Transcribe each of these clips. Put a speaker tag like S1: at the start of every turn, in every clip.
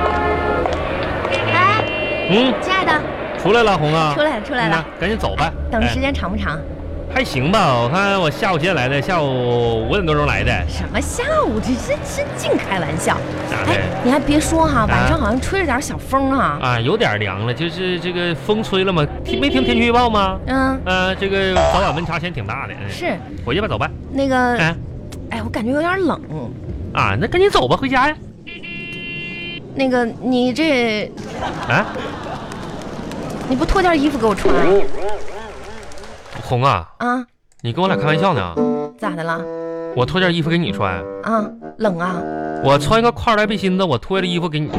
S1: 嗯，
S2: 哎亲爱的，
S1: 出来了，红啊，
S2: 出来了，出来了，
S1: 嗯呐赶紧走吧。
S2: 等时
S1: 哎
S2: 间长不长？
S1: 还行吧，我看我下午几点来的？下午五点多钟来的。
S2: 什么下午？这这这净开玩笑。
S1: 咋的
S2: 哎，你还别说哈，晚上好像吹着点小风啊。
S1: 啊，有点凉了，就是这个风吹了嘛，听没听天气预报吗？
S2: 嗯，
S1: 呃，这个早晚温差现在挺大的。嗯，
S2: 是
S1: 回去吧，走吧。
S2: 那个，
S1: 哎，
S2: 哎，我感觉有点冷。
S1: 啊，那赶紧走吧，回家呀。
S2: 那个，你这
S1: 啊，
S2: 你不脱件衣服给我穿
S1: 哦红啊，
S2: 啊？
S1: 你跟我俩开玩笑呢？
S2: 咋的了？
S1: 我脱件衣服给你穿，
S2: 啊，冷啊？
S1: 我穿个跨栏背心子，我脱了衣服给你，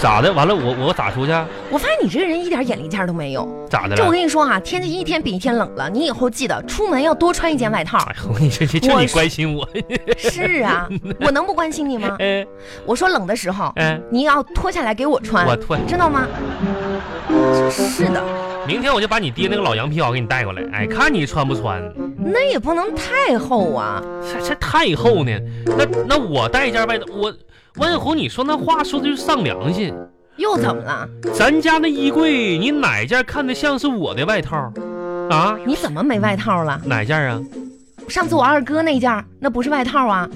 S1: 咋的？完了，我我咋出去？啊
S2: 我发现你这个人一点眼力见儿都没有。
S1: 咋的
S2: 这我
S1: 了？
S2: 跟你说哈、天气一天比一天冷了，你以后记得出门要多穿一件外 套。
S1: 哎呦，你这这就
S2: 我
S1: 你
S2: 是
S1: 关心我，
S2: 是啊，我能不关心你吗？
S1: 哎
S2: 我说冷的时候，
S1: 哎，
S2: 你要脱下来给我穿，
S1: 我脱。
S2: 知道吗？是的，
S1: 明天我就把你爹那个老羊皮袄给你带过来，哎，看你穿不穿。
S2: 那也不能太厚啊。
S1: 这这太厚呢，那那我带一件外套，我万红，你说那话说的就是丧良心。
S2: 又怎么了？
S1: 咱家那衣柜，你哪件看得像是我的外套？啊，
S2: 你怎么没外套了？
S1: 哪件啊？
S2: 上次我二哥那件儿，那不是外套啊？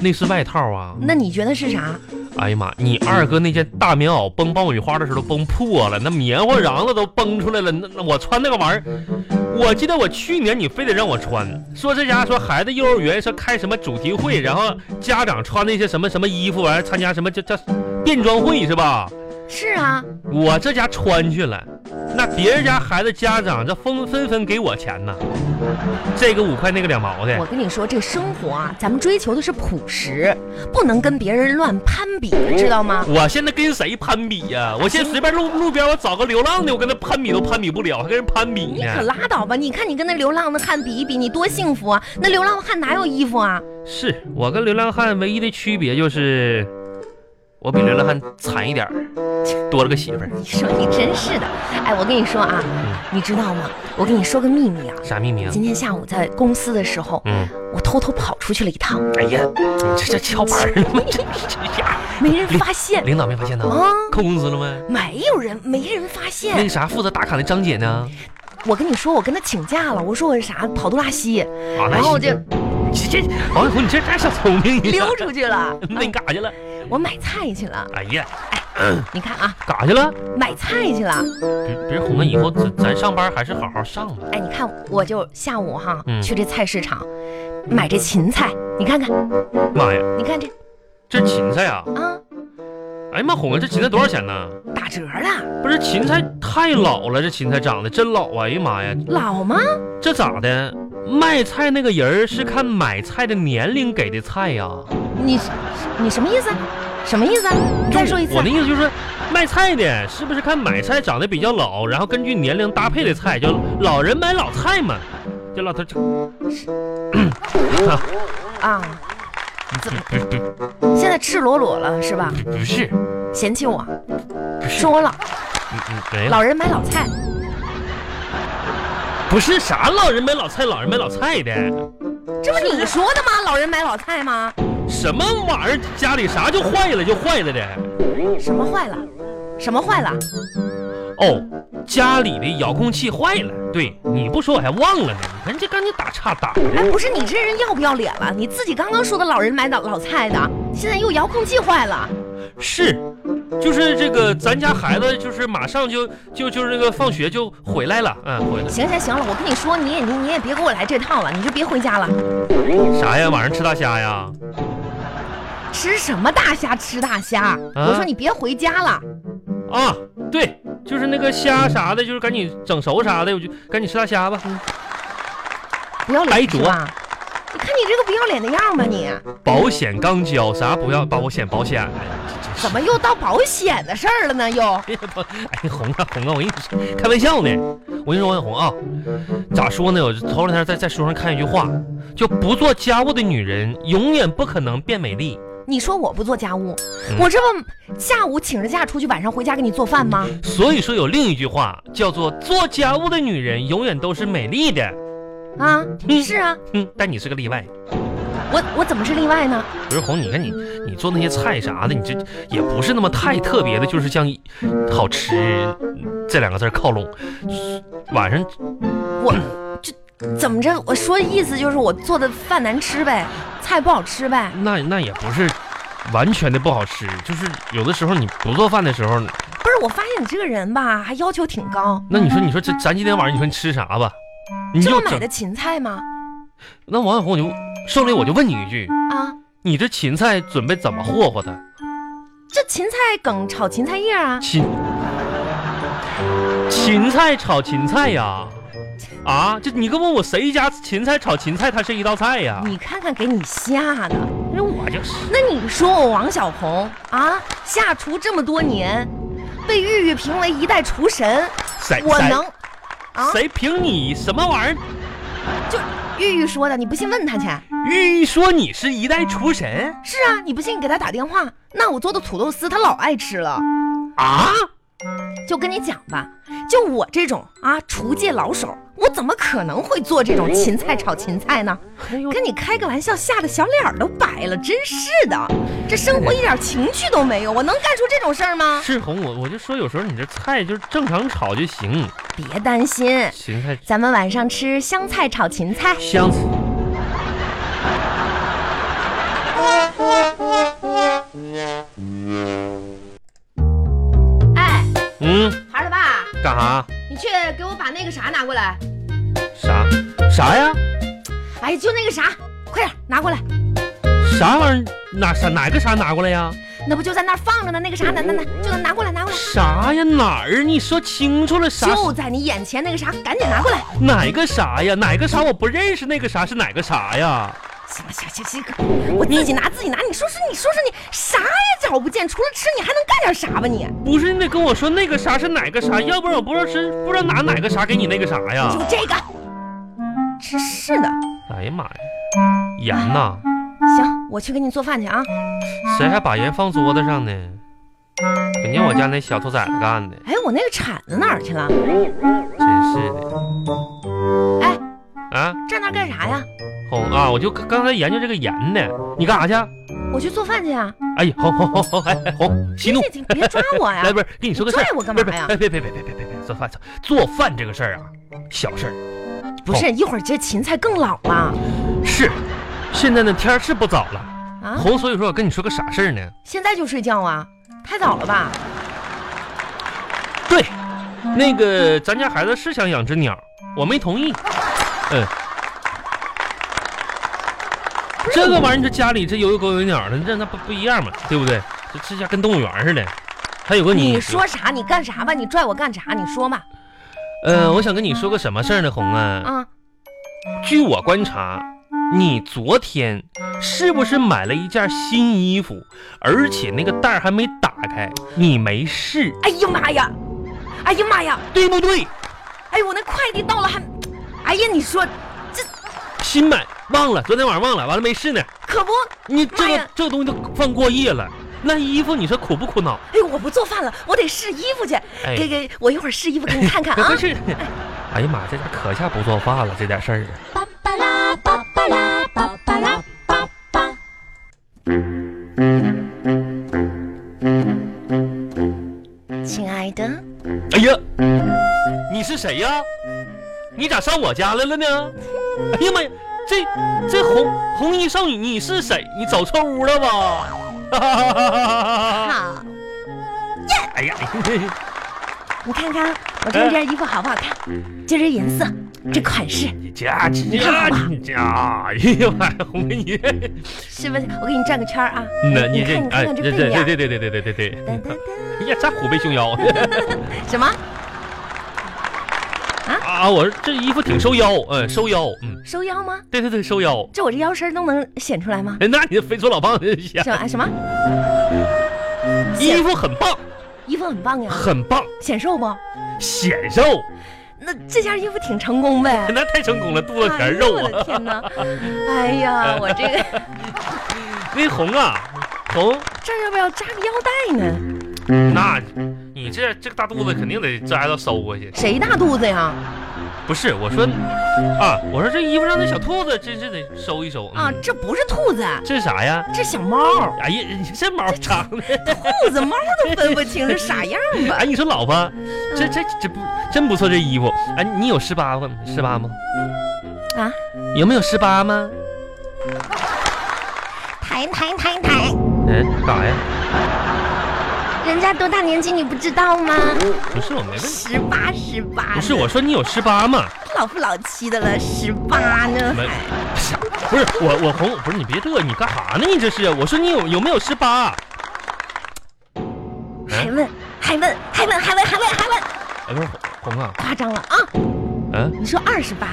S1: 那是外套啊！
S2: 那你觉得是啥？
S1: 哎呀妈，你二哥那件大棉袄崩爆米花的时候都崩破了，那棉花瓤子都崩出来了。那那我穿那个玩意儿，我记得我去年你非得让我穿，说这家说孩子幼儿园说开什么主题会，然后家长穿那些什么什么衣服，完了参加什么叫叫变装会是吧？
S2: 是啊，
S1: 我这家穿去了，那别人家孩子家长这纷纷纷给我钱呢，这个五块那个两毛的
S2: 我，跟你说，这生活啊，咱们追求的是朴实，不能跟别人乱攀比，知道吗？
S1: 我现在跟谁攀比呀、我现在随便路路边我找个流浪的，我跟他攀比都攀比不了，还跟人攀比
S2: 你可
S1: 呢。
S2: 拉倒吧！你看你跟那流浪的汉比一比，你多幸福啊！那流浪汉哪有衣服啊？
S1: 是我跟流浪汉唯一的区别就是，我比流浪汉惨一点儿，多了个媳妇儿。
S2: 你说你真是的，哎，我跟你说啊，你知道吗？我跟你说个秘密啊，
S1: 啥秘密啊？
S2: 今天下午在公司的时候，
S1: 嗯，
S2: 我偷偷跑出去了一趟，
S1: 哎呀，你这这翘班儿了吗？ 这这呀，
S2: 没人发现
S1: 领导没发现呢？
S2: 啊，
S1: 扣工资了吗？
S2: 没有人，没人发
S1: 那
S2: 现
S1: 个。啥负责打卡的张姐呢？
S2: 我跟你说，我跟他请假了，我说我是啥跑肚拉稀，
S1: 啊，
S2: 然后我就
S1: 你这这王小红，你这啥小聪明？你
S2: 溜出去了
S1: 。那你干啥去了？
S2: 我买菜去了，
S1: 哎呀，
S2: 你看啊，
S1: 干啥去了？
S2: 买菜去了。
S1: 别别红了，以后咱咱上班还是好好上吧。
S2: 哎，你看，我就下午哈、
S1: 嗯
S2: 去这菜市场买这芹菜，你看看，
S1: 妈呀，
S2: 你看这
S1: 这芹菜啊！
S2: 啊，
S1: 哎呀妈，红啊，这芹菜多少钱呢？
S2: 打折了，
S1: 不是芹菜太老了，这芹菜长得真老啊！哎呀妈呀，
S2: 老吗？
S1: 这咋的？卖菜那个人儿是看买菜的年龄给的菜呀、
S2: 你你什么意思？什么意思？你再说一次
S1: 我的意思就是，卖菜的是不是看买菜长得比较老，然后根据年龄搭配的菜，叫老人买老菜嘛？这老头这
S2: 啊！怎么
S1: 不是不是
S2: 现在赤裸裸了是吧？
S1: 不是
S2: 嫌弃我，
S1: 不是，
S2: 说我老
S1: 嗯嗯没有
S2: 老人买老菜，
S1: 不是啥老人买老菜，老人买老菜的，
S2: 这不你说的吗？老人买老菜吗？
S1: 什么玩意儿？家里啥就坏了就坏了的？
S2: 什么坏了？什么坏了？
S1: 哦，家里的遥控器坏了。对，你不说我还忘了呢。你看这刚才打岔打的，
S2: 哎，不是你这人要不要脸了？你自己刚刚说的老人买老老菜的，现在又遥控器坏了。
S1: 是，就是这个咱家孩子就是马上就就就是这个放学就回来了，嗯，回来
S2: 行行行了，我跟你说，你也你你也别给我来这套了，你就别回家了。
S1: 啥呀？晚上吃大虾呀？
S2: 吃什么大虾吃大虾？我说你别回家了。
S1: 啊，对，就是那个虾啥的，就是赶紧整熟啥的，我就赶紧吃大虾吧。嗯
S2: 不要
S1: 白
S2: 脸
S1: 灼
S2: 是吧？你看你这个不要脸的样儿吧你，
S1: 保险刚交，啥不要保险保险的，哎这
S2: 怎么又到保险的事儿了呢？又
S1: 这是？哎，红啊红啊！我跟你说，开玩笑呢。我跟你说，王小红啊，咋说呢？我头两天在在书上看一句话，就不做家务的女人永远不可能变美丽。
S2: 你说我不做家务，
S1: 嗯
S2: 我这不下午请着假出去，晚上回家给你做饭吗？
S1: 所以说有另一句话叫做做家务的女人永远都是美丽的。
S2: 啊，
S1: 嗯
S2: 是啊，
S1: 嗯，但你是个例外。
S2: 我我怎么是例外呢？
S1: 不是红，你看你你做那些菜啥的，你这也不是那么太特别的，就是像好吃嗯这两个字儿靠拢。晚上嗯
S2: 怎么着？我说的意思就是我做的饭难吃呗，菜不好吃呗。
S1: 那那也不是完全的不好吃，就是有的时候你不做饭的时候，
S2: 不是，我发现你这个人吧，还要求挺高。
S1: 那你说你说
S2: 嗯
S1: 这咱今天晚上你说你吃啥吧？你
S2: 这
S1: 就
S2: 么买
S1: 整
S2: 的芹菜吗？
S1: 那王小红我就受累我就问你一句，
S2: 啊，
S1: 你这芹菜准备怎么霍霍它？
S2: 这芹菜梗炒芹菜叶啊，
S1: 芹芹菜炒芹菜呀？啊，这你个问我谁家芹菜炒芹菜，它是一道菜呀？
S2: 你看看给你吓的。哎
S1: 那我就是
S2: 那你说我王小红啊，下厨这么多年，被玉玉评为一代厨神，
S1: 谁
S2: 我
S1: 谁
S2: 能啊？
S1: 谁凭你什么玩意儿？
S2: 就玉玉说的，你不信问他去。
S1: 玉玉说你是一代厨神
S2: 是啊，你不信你给他打电话。那我做的土豆丝他老爱吃了，
S1: 啊？
S2: 就跟你讲吧，就我这种啊厨界老手，我怎么可能会做这种芹菜炒芹菜呢？
S1: 哎呦
S2: 跟你开个玩笑，吓得小脸儿都白了，真是的，这生活一点情趣都没有，我能干出这种事儿吗？
S1: 是红，我我就说有时候你这菜就是正常炒就行，
S2: 别担心，
S1: 芹菜
S2: 咱们晚上吃香菜炒芹菜。
S1: 香菜。
S2: 哎，
S1: 嗯，
S2: 孩儿他爸，
S1: 干啥？
S2: 你去给我把那个啥拿过来。
S1: 啥啥呀？
S2: 哎，就那个啥，快点拿过来。
S1: 啥玩意儿？哪啥哪个啥拿过来呀？
S2: 那不就在那儿放着呢？那个啥，拿拿拿，就拿拿过来，拿过来，
S1: 啥呀？哪儿？你说清楚了啥？
S2: 就在你眼前那个啥，赶紧拿过来。
S1: 哪个啥呀？哪个啥？我不认识那个啥是哪个啥呀？
S2: 行了，行行行，行我自己拿自己拿。你说说，你说说你啥也找不见，除了吃你还能干点啥吧你？
S1: 不是，你得跟我说那个啥是哪个啥，要不然我不知道是不知道拿哪个啥给你那个啥呀
S2: 就？这个，真是的。
S1: 哎呀妈呀！盐呐、
S2: 行，我去给你做饭去啊。
S1: 谁还把盐放桌子上呢？肯定我家那小兔崽子干的，
S2: 哎，我那个铲子哪儿去了？
S1: 真是的
S2: 哎，
S1: 啊！
S2: 站那儿干啥呀？
S1: 红啊，我就刚刚才研究这个盐呢，你干啥去？
S2: 我去做饭去啊。
S1: 哎呀，红红红红，哎哎红，息怒
S2: 别！别别抓我哎呀！
S1: 来，不是跟你说个事儿，
S2: 拽我干嘛呀
S1: 不是不是哎，别别别别别别别，做饭做做饭这个事儿啊，小事儿。
S2: 不是，一会儿这芹菜更老了
S1: 是，现在的天儿是不早了，
S2: 啊！
S1: 红，所以说我跟你说个啥事儿呢？
S2: 现在就睡觉啊？太早了吧？
S1: 对，那个咱家孩子是想养只鸟，我没同
S2: 啊
S1: 意。嗯，这个玩意儿，这家里这有狗有鸟的，这那不不一样嘛，对不对？这这家跟动物园似的。还有个
S2: 你说啥？你干啥吧？你拽我干啥？你说嘛？
S1: 呃，我想跟你说个什么事儿呢，红啊？
S2: 啊，
S1: 据我观察，你昨天是不是买了一件新衣服，而且那个袋儿还没打开，你没试，
S2: 哎呀妈呀！哎呀妈呀！
S1: 对不对？
S2: 哎呦，我那快递到了还，哎呀，你说
S1: 新买忘了，昨天晚上忘了，完了没试呢。
S2: 可不？
S1: 你这
S2: 妈
S1: 个
S2: 呀
S1: 这个东西都放过夜了，那衣服你说苦不苦恼？
S2: 哎呦，我不做饭了，我得试衣服去。
S1: 哎
S2: 给给我一会儿试衣服给你看看
S1: 可
S2: 啊
S1: 不！是，哎呀妈，这家可下不做饭了，这点事儿啊。
S3: 巴巴拉巴巴拉巴巴拉巴巴。
S2: 亲爱的，
S1: 哎呀，你是谁呀？你咋上我家来了呢？哎呀妈呀，这这红红衣少女你是谁？你走错屋了吧？
S2: 好，
S1: 哎呀，
S2: 你看看我这件衣服好不好看？就这颜色，这款式，
S1: 你家你家你家，哎呀妈呀，红衣，
S2: 是不是？我给你转个圈儿啊！
S1: 嗯那
S2: 你
S1: 你这
S2: 看你看看这
S1: 对
S2: 背面
S1: 对
S2: 儿，
S1: 对对对对对对对，
S2: 哒哒哒
S1: 哎呀，这虎背熊腰
S2: 什么？
S1: 啊！我说这衣服挺收腰，嗯，收腰，嗯，
S2: 收腰吗？
S1: 对对对，收腰。
S2: 这我这腰身儿都能显出来吗？
S1: 哎，那你这肥猪老棒子
S2: 什么？哎什么？
S1: 嗯衣服很棒，
S2: 衣服很棒呀，
S1: 很棒，
S2: 显瘦不？
S1: 显瘦。
S2: 那这件衣服挺成功呗。
S1: 那太成功了，肚子
S2: 哎
S1: 全是
S2: 呦
S1: 肉
S2: 我的
S1: 啊！
S2: 天哪！哎呀，我这个
S1: 那红啊，红，
S2: 这儿要不要扎个腰带呢？
S1: 那你这这个大肚子肯定得这还要收回去。
S2: 谁大肚子呀？啊
S1: 不是，我说啊，我说这衣服上那小兔子真是得收一收
S2: 嗯啊，
S1: 嗯
S2: 这不是兔子，
S1: 这是啥呀？
S2: 这小猫，
S1: 哎呀，你这毛长的，
S2: 兔子猫都分不清是嗯啥样吧
S1: 哎，？你说老婆，这这这不真不错，这衣服，哎，你有十八吗？十八吗？
S2: 啊，
S1: 有没有十八吗？
S2: 抬抬抬抬，
S1: 嗯，干啥呀？
S2: 人家多大年纪你不知道吗？
S1: 不是我没问你，
S2: 十八十八，
S1: 不是我说你有十八吗？
S2: 老夫老妻的了，十八呢
S1: 没
S2: 还。
S1: 啥，不是我我哄，不是你别这，你干啥呢？你这是？我说你有有没有十八？啊嗯哎
S2: 还问还问还问还问还问还问，
S1: 哎，不是红啊，
S2: 夸张了啊！
S1: 嗯，
S2: 你说二十八，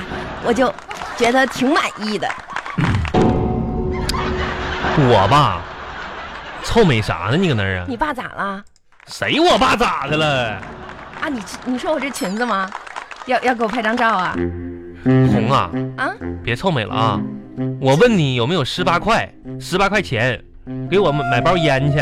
S2: 我就觉得挺满意的。
S1: 我吧，臭美啥呢？你搁那儿啊？
S2: 你爸咋了？
S1: 谁我爸咋的了？
S2: 啊，你你说我这裙子吗？要要给我拍张照啊？
S1: 红啊，
S2: 啊，
S1: 别臭美了啊！我问你有没有十八块，十八块钱，给我买买包烟去。